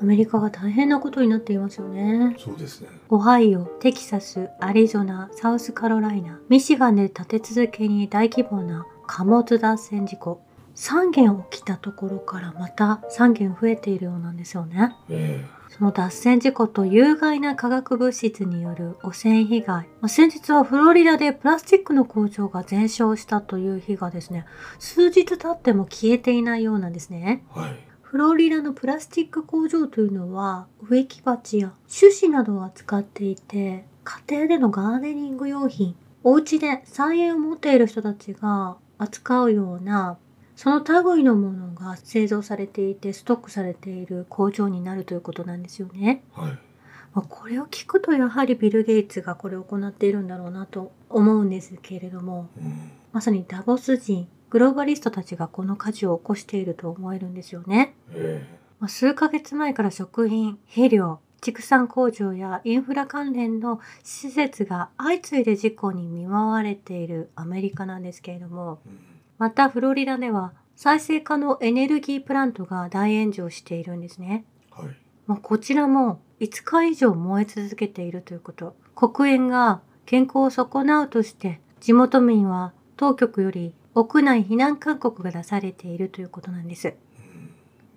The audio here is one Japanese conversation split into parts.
アメリカが大変なことになっていますよね。そうですね。オハイオ、テキサス、アリゾナ、サウスカロライナ、ミシガンで立て続けに大規模な貨物脱線事故。3件起きたところからまた3件増えているようなんですよね。えその脱線事故と有害な化学物質による汚染被害。まあ先日はフロリダでプラスチックの工場が全焼したという日がですね、数日経っても消えていないようなんですね。えはい。フロリダのプラスチック工場というのは植木鉢や種子などを扱っていて家庭でのガーデニング用品お家で菜園を持っている人たちが扱うようなその類のものが製造されていてストックされている工場になるということなんですよね。はい。まあこれを聞くとやはりビル・ゲイツがこれを行っているんだろうなと思うんですけれどもうん。まさにダボス人グローバリストたちがこの火事を起こしていると思えるんですよね。えまあ数ヶ月前から食品、肥料、畜産工場やインフラ関連の施設が相次いで事故に見舞われているアメリカなんですけれども、えまたフロリダでは再生可能エネルギープラントが大炎上しているんですね。うん。はい。まあこちらも5日以上燃え続けているということ。黒煙が健康を損なうとして地元民は当局より屋内避難勧告が出されているということなんです。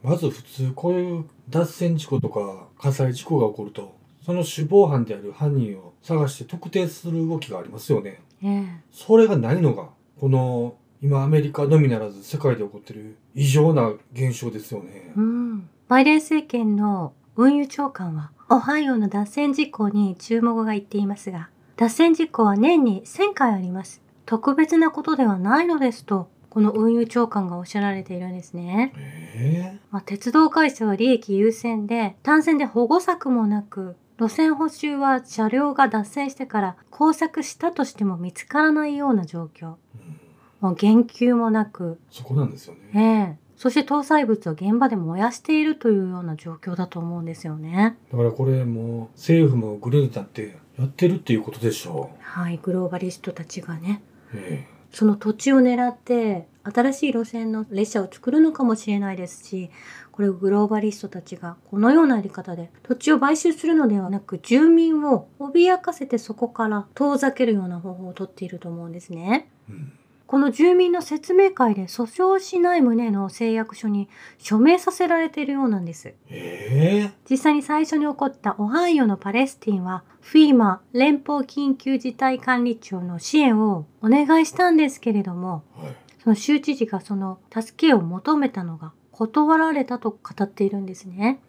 まず普通こういう脱線事故とか火災事故が起こるとその首謀犯である犯人を探して特定する動きがありますよねええそれがないのがこの今アメリカのみならず世界で起こってる異常な現象ですよねうんバイデン政権の運輸長官は、オハイオの脱線事故に注目がいっていますが、脱線事故は年に1000回あります。特別なことではないのですと、この運輸長官がおっしゃられているんですね。えまあ、鉄道会社は利益優先で、単線で保護策もなく、路線補修は車両が脱線してから工作したとしても見つからないような状況。えうんもう言及もなく、そこなんですよえねえそして搭載物を現場で燃やしているというような状況だと思うんですよね。だからこれもう政府もグレーになってやってるっていうことでしょはい、グローバリストたちがね、う、えその土地を狙って新しい路線の列車を作るのかもしれないですし、これをグローバリストたちがこのようなやり方で土地を買収するのではなく住民を脅かせてそこから遠ざけるような方法をとっていると思うんですね。えうん、この住民の説明会で訴訟しない旨の誓約書に署名させられているようなんです。え実際に最初に起こったオハイオのパレスティンは FEMA 連邦緊急事態管理庁の支援をお願いしたんですけれどもえはいその州知事がその助けを求めたのが断られたと語っているんですね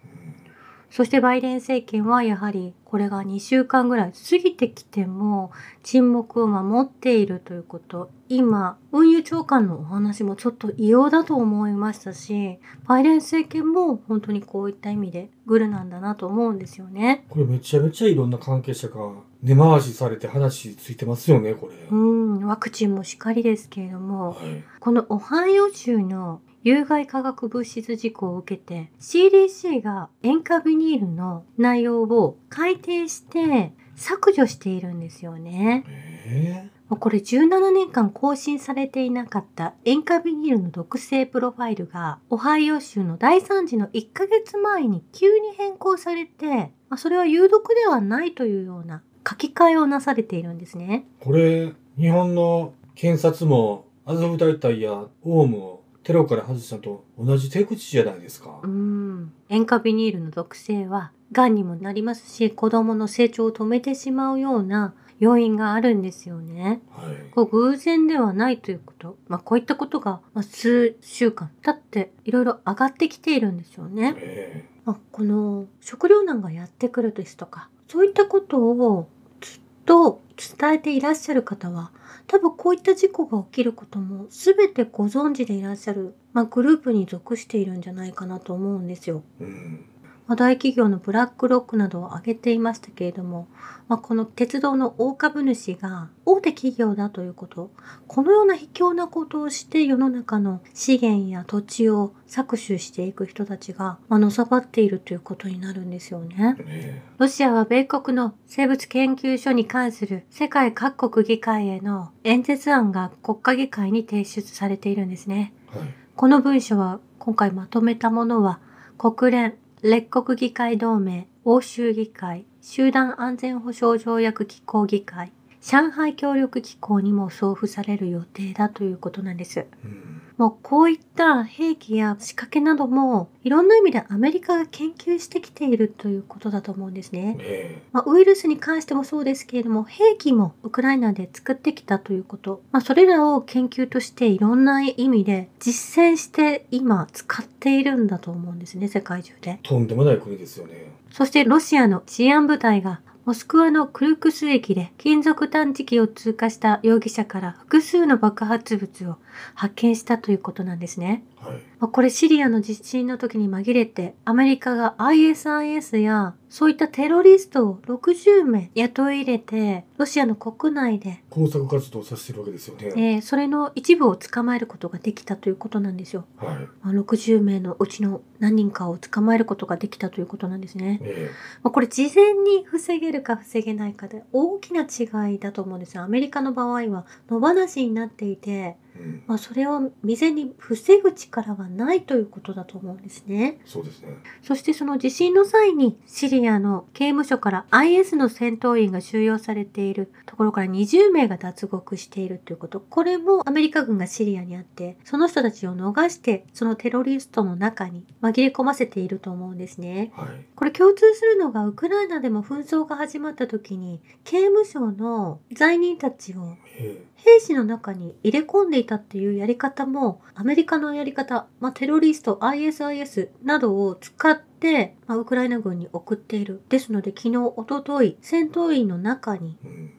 そしてバイデン政権はやはりこれが2週間ぐらい過ぎてきても沈黙を守っているということ今運輸長官のお話もちょっと異様だと思いましたしバイデン政権も本当にこういった意味でグルなんだなと思うんですよね。これめちゃめちゃいろんな関係者が根回しされて話ついてますよね、これ。うんワクチンもしかりですけれどもはい。このオハイオ州の有害化学物質事故を受けて CDC が塩化ビニールの内容を改定して削除しているんですよね。えこれ17年間更新されていなかった塩化ビニールの毒性プロファイルがオハイオ州の第3次の1ヶ月前に急に変更されて、まあそれは有毒ではないというような書き換えをなされているんですね。ーこれ、日本の検察も、アゾフ大隊やオウムをテロから外したのと同じ手口じゃないですかう。ん。塩化ビニールの毒性は、癌にもなりますし、子供の成長を止めてしまうような要因があるんですよね。はい。こう偶然ではないということ。まあ、こういったことが、まあ、数週間経って、いろいろ上がってきているんですよね。えまあ、この食糧難がやってくるですとかそういったことをずっと伝えていらっしゃる方は多分こういった事故が起きることも全てご存知でいらっしゃる、まあ、グループに属しているんじゃないかなと思うんですよ。えうん。まあ、大企業のブラックロックなどを挙げていましたけれども、まあ、この鉄道の大株主が大手企業だということこのような卑怯なことをして世の中の資源や土地を搾取していく人たちが、まあのさばっているということになるんですよね。えロシアは米国の生物研究所に関する世界各国議会への演説案が国家議会に提出されているんですね。えはい。この文書は今回まとめたものは国連列国議会同盟、欧州議会、集団安全保障条約機構議会、上海協力機構にも送付される予定だということなんです。うんもうこういった兵器や仕掛けなどもいろんな意味でアメリカが研究してきているということだと思うんですね。えまあ、ウイルスに関してもそうですけれども兵器もウクライナで作ってきたということ、まあ、それらを研究としていろんな意味で実践して今使っているんだと思うんですね世界中で。えとんでもない国ですよね。そしてロシアの治安部隊がモスクワのクルクス駅で金属探知機を通過した容疑者から複数の爆発物を発見したということなんですね。はい。まあこれシリアの地震の時に紛れてアメリカが ISIS やそういったテロリストを60名雇い入れてロシアの国内で、工作活動をさせてるわけですよね。えーそれの一部を捕まえることができたということなんですよ。はい。まあ60名のうちの何人かを捕まえることができたということなんですね。えまあこれ事前に防げるか防げないかで大きな違いだと思うんですよ。アメリカの場合は野放しになっていて、えうん。まあ、それを未然に防ぐ力がないということだと思うんですね。そうですね。そしてその地震の際にシリアの刑務所から IS の戦闘員が収容されているところから20名が脱獄しているということ。これもアメリカ軍がシリアにあって、その人たちを逃してそのテロリストの中に紛れ込ませていると思うんですね。はい。これ共通するのがウクライナでも紛争が始まった時に刑務所の罪人たちをえ兵士の中に入れ込んでいたっていうやり方もアメリカのやり方、まあ、テロリスト ISIS などを使って、まあ、ウクライナ軍に送っているですので昨日おととい戦闘員の中にえうん。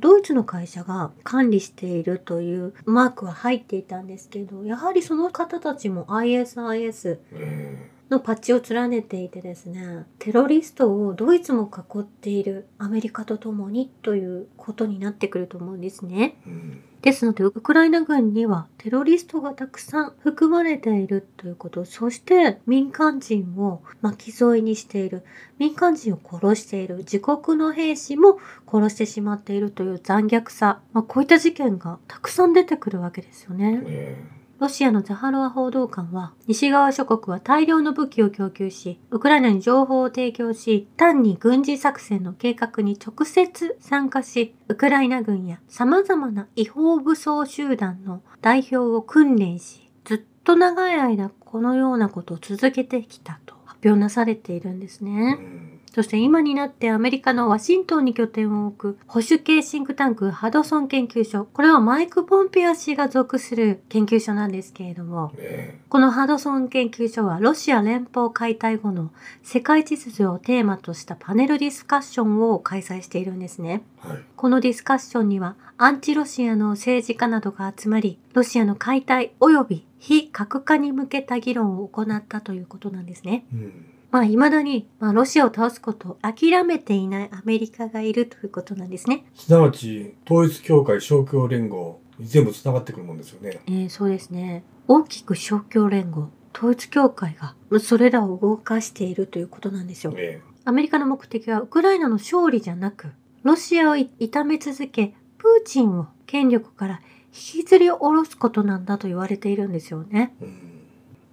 ドイツの会社が管理しているというマークは入っていたんですけどやはりその方たちも ISIS えのパッチを連ねていてですねテロリストをドイツも囲っているアメリカと共にということになってくると思うんですねえうん。ですのでウクライナ軍にはテロリストがたくさん含まれているということそして民間人を巻き添えにしている民間人を殺している自国の兵士も殺してしまっているという残虐さ、まあ、こういった事件がたくさん出てくるわけですよね。えロシアのザハロワ報道官は、西側諸国は大量の武器を供給し、ウクライナに情報を提供し、単に軍事作戦の計画に直接参加し、ウクライナ軍や様々な違法武装集団の代表を訓練し、ずっと長い間このようなことを続けてきたと発表なされているんですえね。うん。そして今になってアメリカのワシントンに拠点を置く保守系シンクタンクハドソン研究所。これはマイク・ポンピア氏が属する研究所なんですけれども、えこのハドソン研究所はロシア連邦解体後の世界秩序をテーマとしたパネルディスカッションを開催しているんですね。えはい。このディスカッションにはアンチロシアの政治家などが集まり、ロシアの解体及び非核化に向けた議論を行ったということなんですね。うん。まあ、未だに、まあ、ロシアを倒すことを諦めていないアメリカがいるということなんですね。すなわち、統一教会、勝共連合、全部繋がってくるもんですよね。えーそうですね。大きく勝共連合、統一教会が、それらを動かしているということなんですよ。えアメリカの目的はウクライナの勝利じゃなく、ロシアをい痛め続け、プーチンを権力から引きずり下ろすことなんだと言われているんですよね。えうん。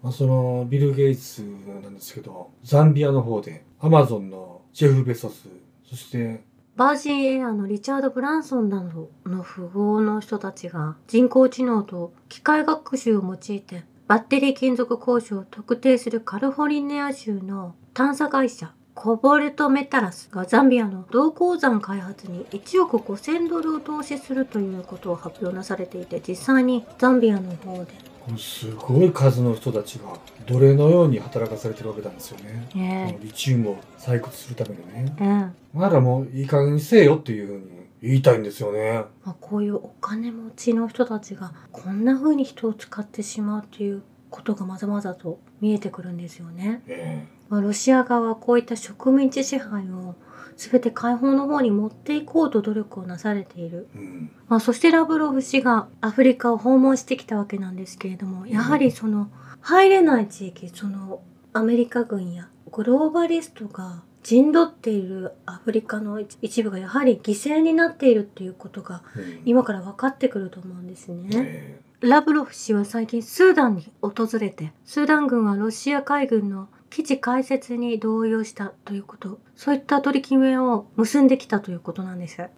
まあ、その、ビル・ゲイツなんですけど、ザンビアの方で、アマゾンのジェフ・ベソス、そして、バージンエアのリチャード・ブランソンなどの富豪の人たちが人工知能と機械学習を用いてバッテリー金属鉱床を特定するカリフォルニア州の探査会社コボルトメタラスがザンビアの銅鉱山開発に1億5000ドルを投資するということを発表なされていて実際にザンビアの方で、このすごい数の人たちが、奴隷のように働かされてるわけなんですよね。このリチウムを採掘するためにね。ええお前らもういい加減にせえよっていうふうに言いたいんですよね。まあ、こういうお金持ちの人たちがこんな風に人を使ってしまうっていうことがまざまざと見えてくるんですよね。えまあ、ロシア側はこういった植民地支配を全て解放の方に持っていこうと努力をなされている、えうん。まあ、そしてラブロフ氏がアフリカを訪問してきたわけなんですけれどもやはりその入れない地域そのアメリカ軍やグローバリストが陣取っているアフリカの一部がやはり犠牲になっているっていうことがうん今から分かってくると思うんですね。えラブロフ氏は最近スーダンに訪れて、スーダン軍はロシア海軍の記事解説に同意をしたということ、そういった取り決めを結んできたということなんです。はい。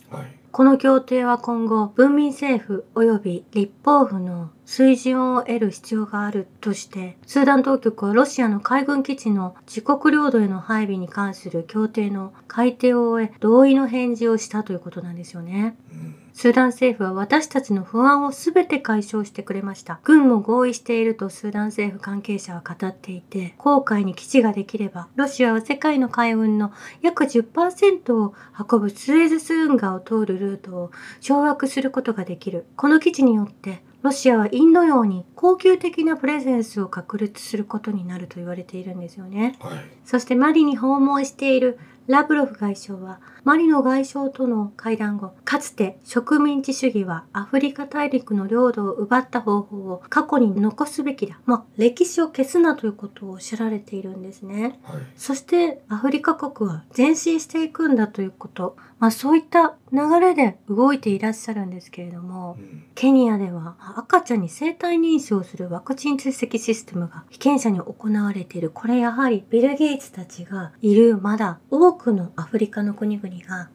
この協定は今後、文民政府及び立法府の推進を得る必要があるとして、スーダン当局はロシアの海軍基地の自国領土への配備に関する協定の改定を終え、同意の返事をしたということなんですよね。うん。スーダン政府は私たちの不安をすべて解消してくれました。軍も合意しているとスーダン政府関係者は語っていて、航海に基地ができれば、ロシアは世界の海運の約10%を運ぶスエズ運河を通るルートを掌握することができる。この基地によって、ロシアはインド洋に恒久的なプレゼンスを確立することになると言われているんですよね。はい。そしてマリに訪問しているラブロフ外相は、マリの外相との会談後、かつて植民地主義はアフリカ大陸の領土を奪った方法を過去に残すべきだ。まあ、歴史を消すなということをおっしゃられているんですね。はい。そしてアフリカ国は前進していくんだということ。まあそういった流れで動いていらっしゃるんですけれども、うん。ケニアでは赤ちゃんに生体認証するワクチン追跡システムが被験者に行われている。これやはりビル・ゲイツたちがいるまだ多くのアフリカの国々がはい。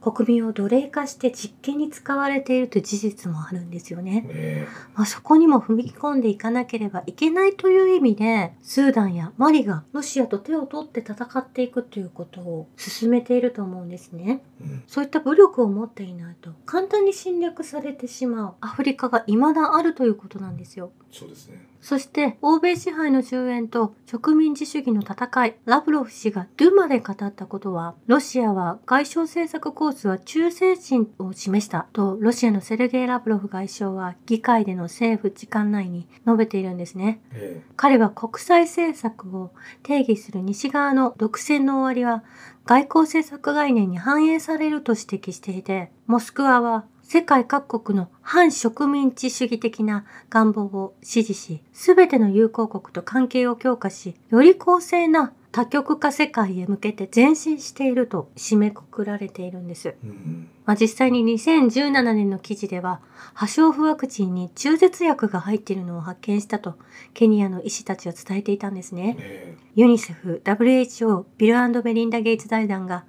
国民を奴隷化して実験に使われているという事実もあるんですよね。ねえ。まあ、そこにも踏み込んでいかなければいけないという意味で、スーダンやマリがロシアと手を取って戦っていくということを進めていると思うんですね。うん。そういった武力を持っていないと簡単に侵略されてしまうアフリカが未だあるということなんですよ。そうですね。そして欧米支配の終焉と植民地主義の戦いラブロフ氏がドゥマで語ったことはロシアは外相政策コースは忠誠心を示したとロシアのセルゲイ・ラブロフ外相は議会での政府時間内に述べているんですね。え彼は国際政策を定義する西側の独占の終わりは外交政策概念に反映されると指摘していて、モスクワは世界各国の反植民地主義的な願望を支持し、すべての友好国と関係を強化し、より公正な多極化世界へ向けて前進していると締めくくられているんです。え。うん。まあ、実際に2017年の記事では破傷風ワクチンに中絶薬が入っているのを発見したとケニアの医師たちは伝えていたんですねね。え。ユニセフ、WHO、ビルメリンダ・ゲイツ財団が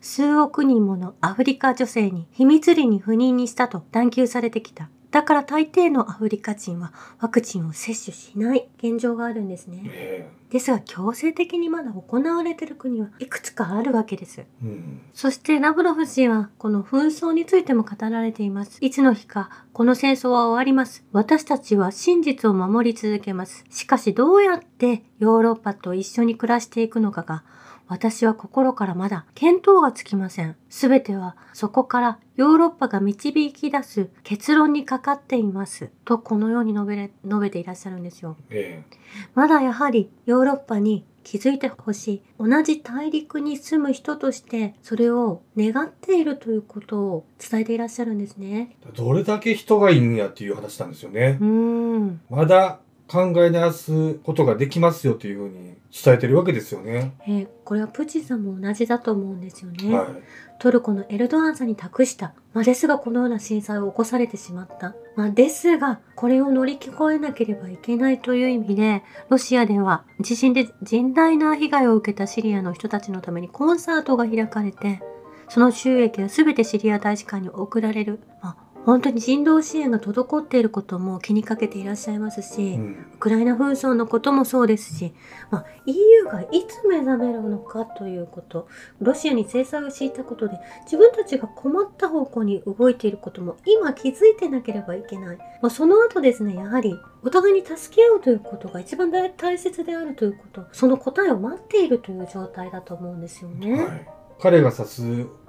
数億人ものアフリカ女性に秘密裏に不妊にしたと断求されてきた。だから大抵のアフリカ人はワクチンを接種しない現状があるんですねね。え。ですが強制的にまだ行われている国はいくつかあるわけです。うん。そしてラブロフ氏はこの紛争についても語られています。いつの日かこの戦争は終わります。私たちは真実を守り続けます。しかしどうやってヨーロッパと一緒に暮らしていくのかが私は心からまだ見当がつきません。すべてはそこからヨーロッパが導き出す結論にかかっています。とこのように述べれ述べていらっしゃるんですよ。えまだやはりヨーロッパに気づいてほしい。同じ大陸に住む人として、それを願っているということを伝えていらっしゃるんですね。え。どれだけ人がいるんやっていう話なんですよねう。ーん。まだ考え出すことができますよというふうに伝えてるわけですよね。えーこれはプーチンさんも同じだと思うんですよね。はトルコのエルドアンさんに託した。まあ、ですがこのような震災を起こされてしまった。まあ、ですが、これを乗り越えなければいけないという意味で、ロシアでは地震で甚大な被害を受けたシリアの人たちのためにコンサートが開かれて、その収益は全てシリア大使館に送られる。まあ、本当に人道支援が滞っていることも気にかけていらっしゃいますし、い。うん。ウクライナ紛争のこともそうですし、まあ、EU がいつ目覚めるのかということロシアに制裁を敷いたことで自分たちが困った方向に動いていることも今気づいてなければいけない、まあ、その後ですねやはりお互いに助け合うということが一番大大切であるということその答えを待っているという状態だと思うんですよね。はい。彼が指す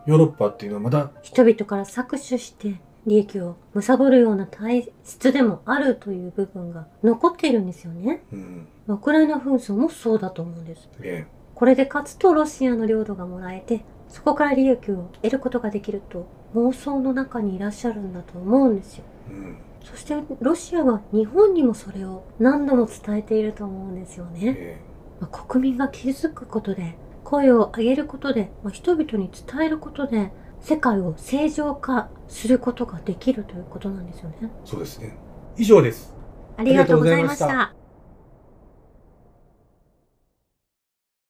ヨーロッパっていうのはまだ、人々から搾取して利益を貪るような体質でもあるという部分が残っているんですよね。うん。ウクライナ紛争もそうだと思うんです。えこれで勝つとロシアの領土がもらえて、そこから利益を得ることができると妄想の中にいらっしゃるんだと思うんですよ。え。うん。そしてロシアは日本にもそれを何度も伝えていると思うんですよね。えまあ国民が気づくことで、声を上げることで、まあ人々に伝えることで、世界を正常化することができるということなんですよねえ。。そうですね。以上です。ありがとうございましありがとうございましたた。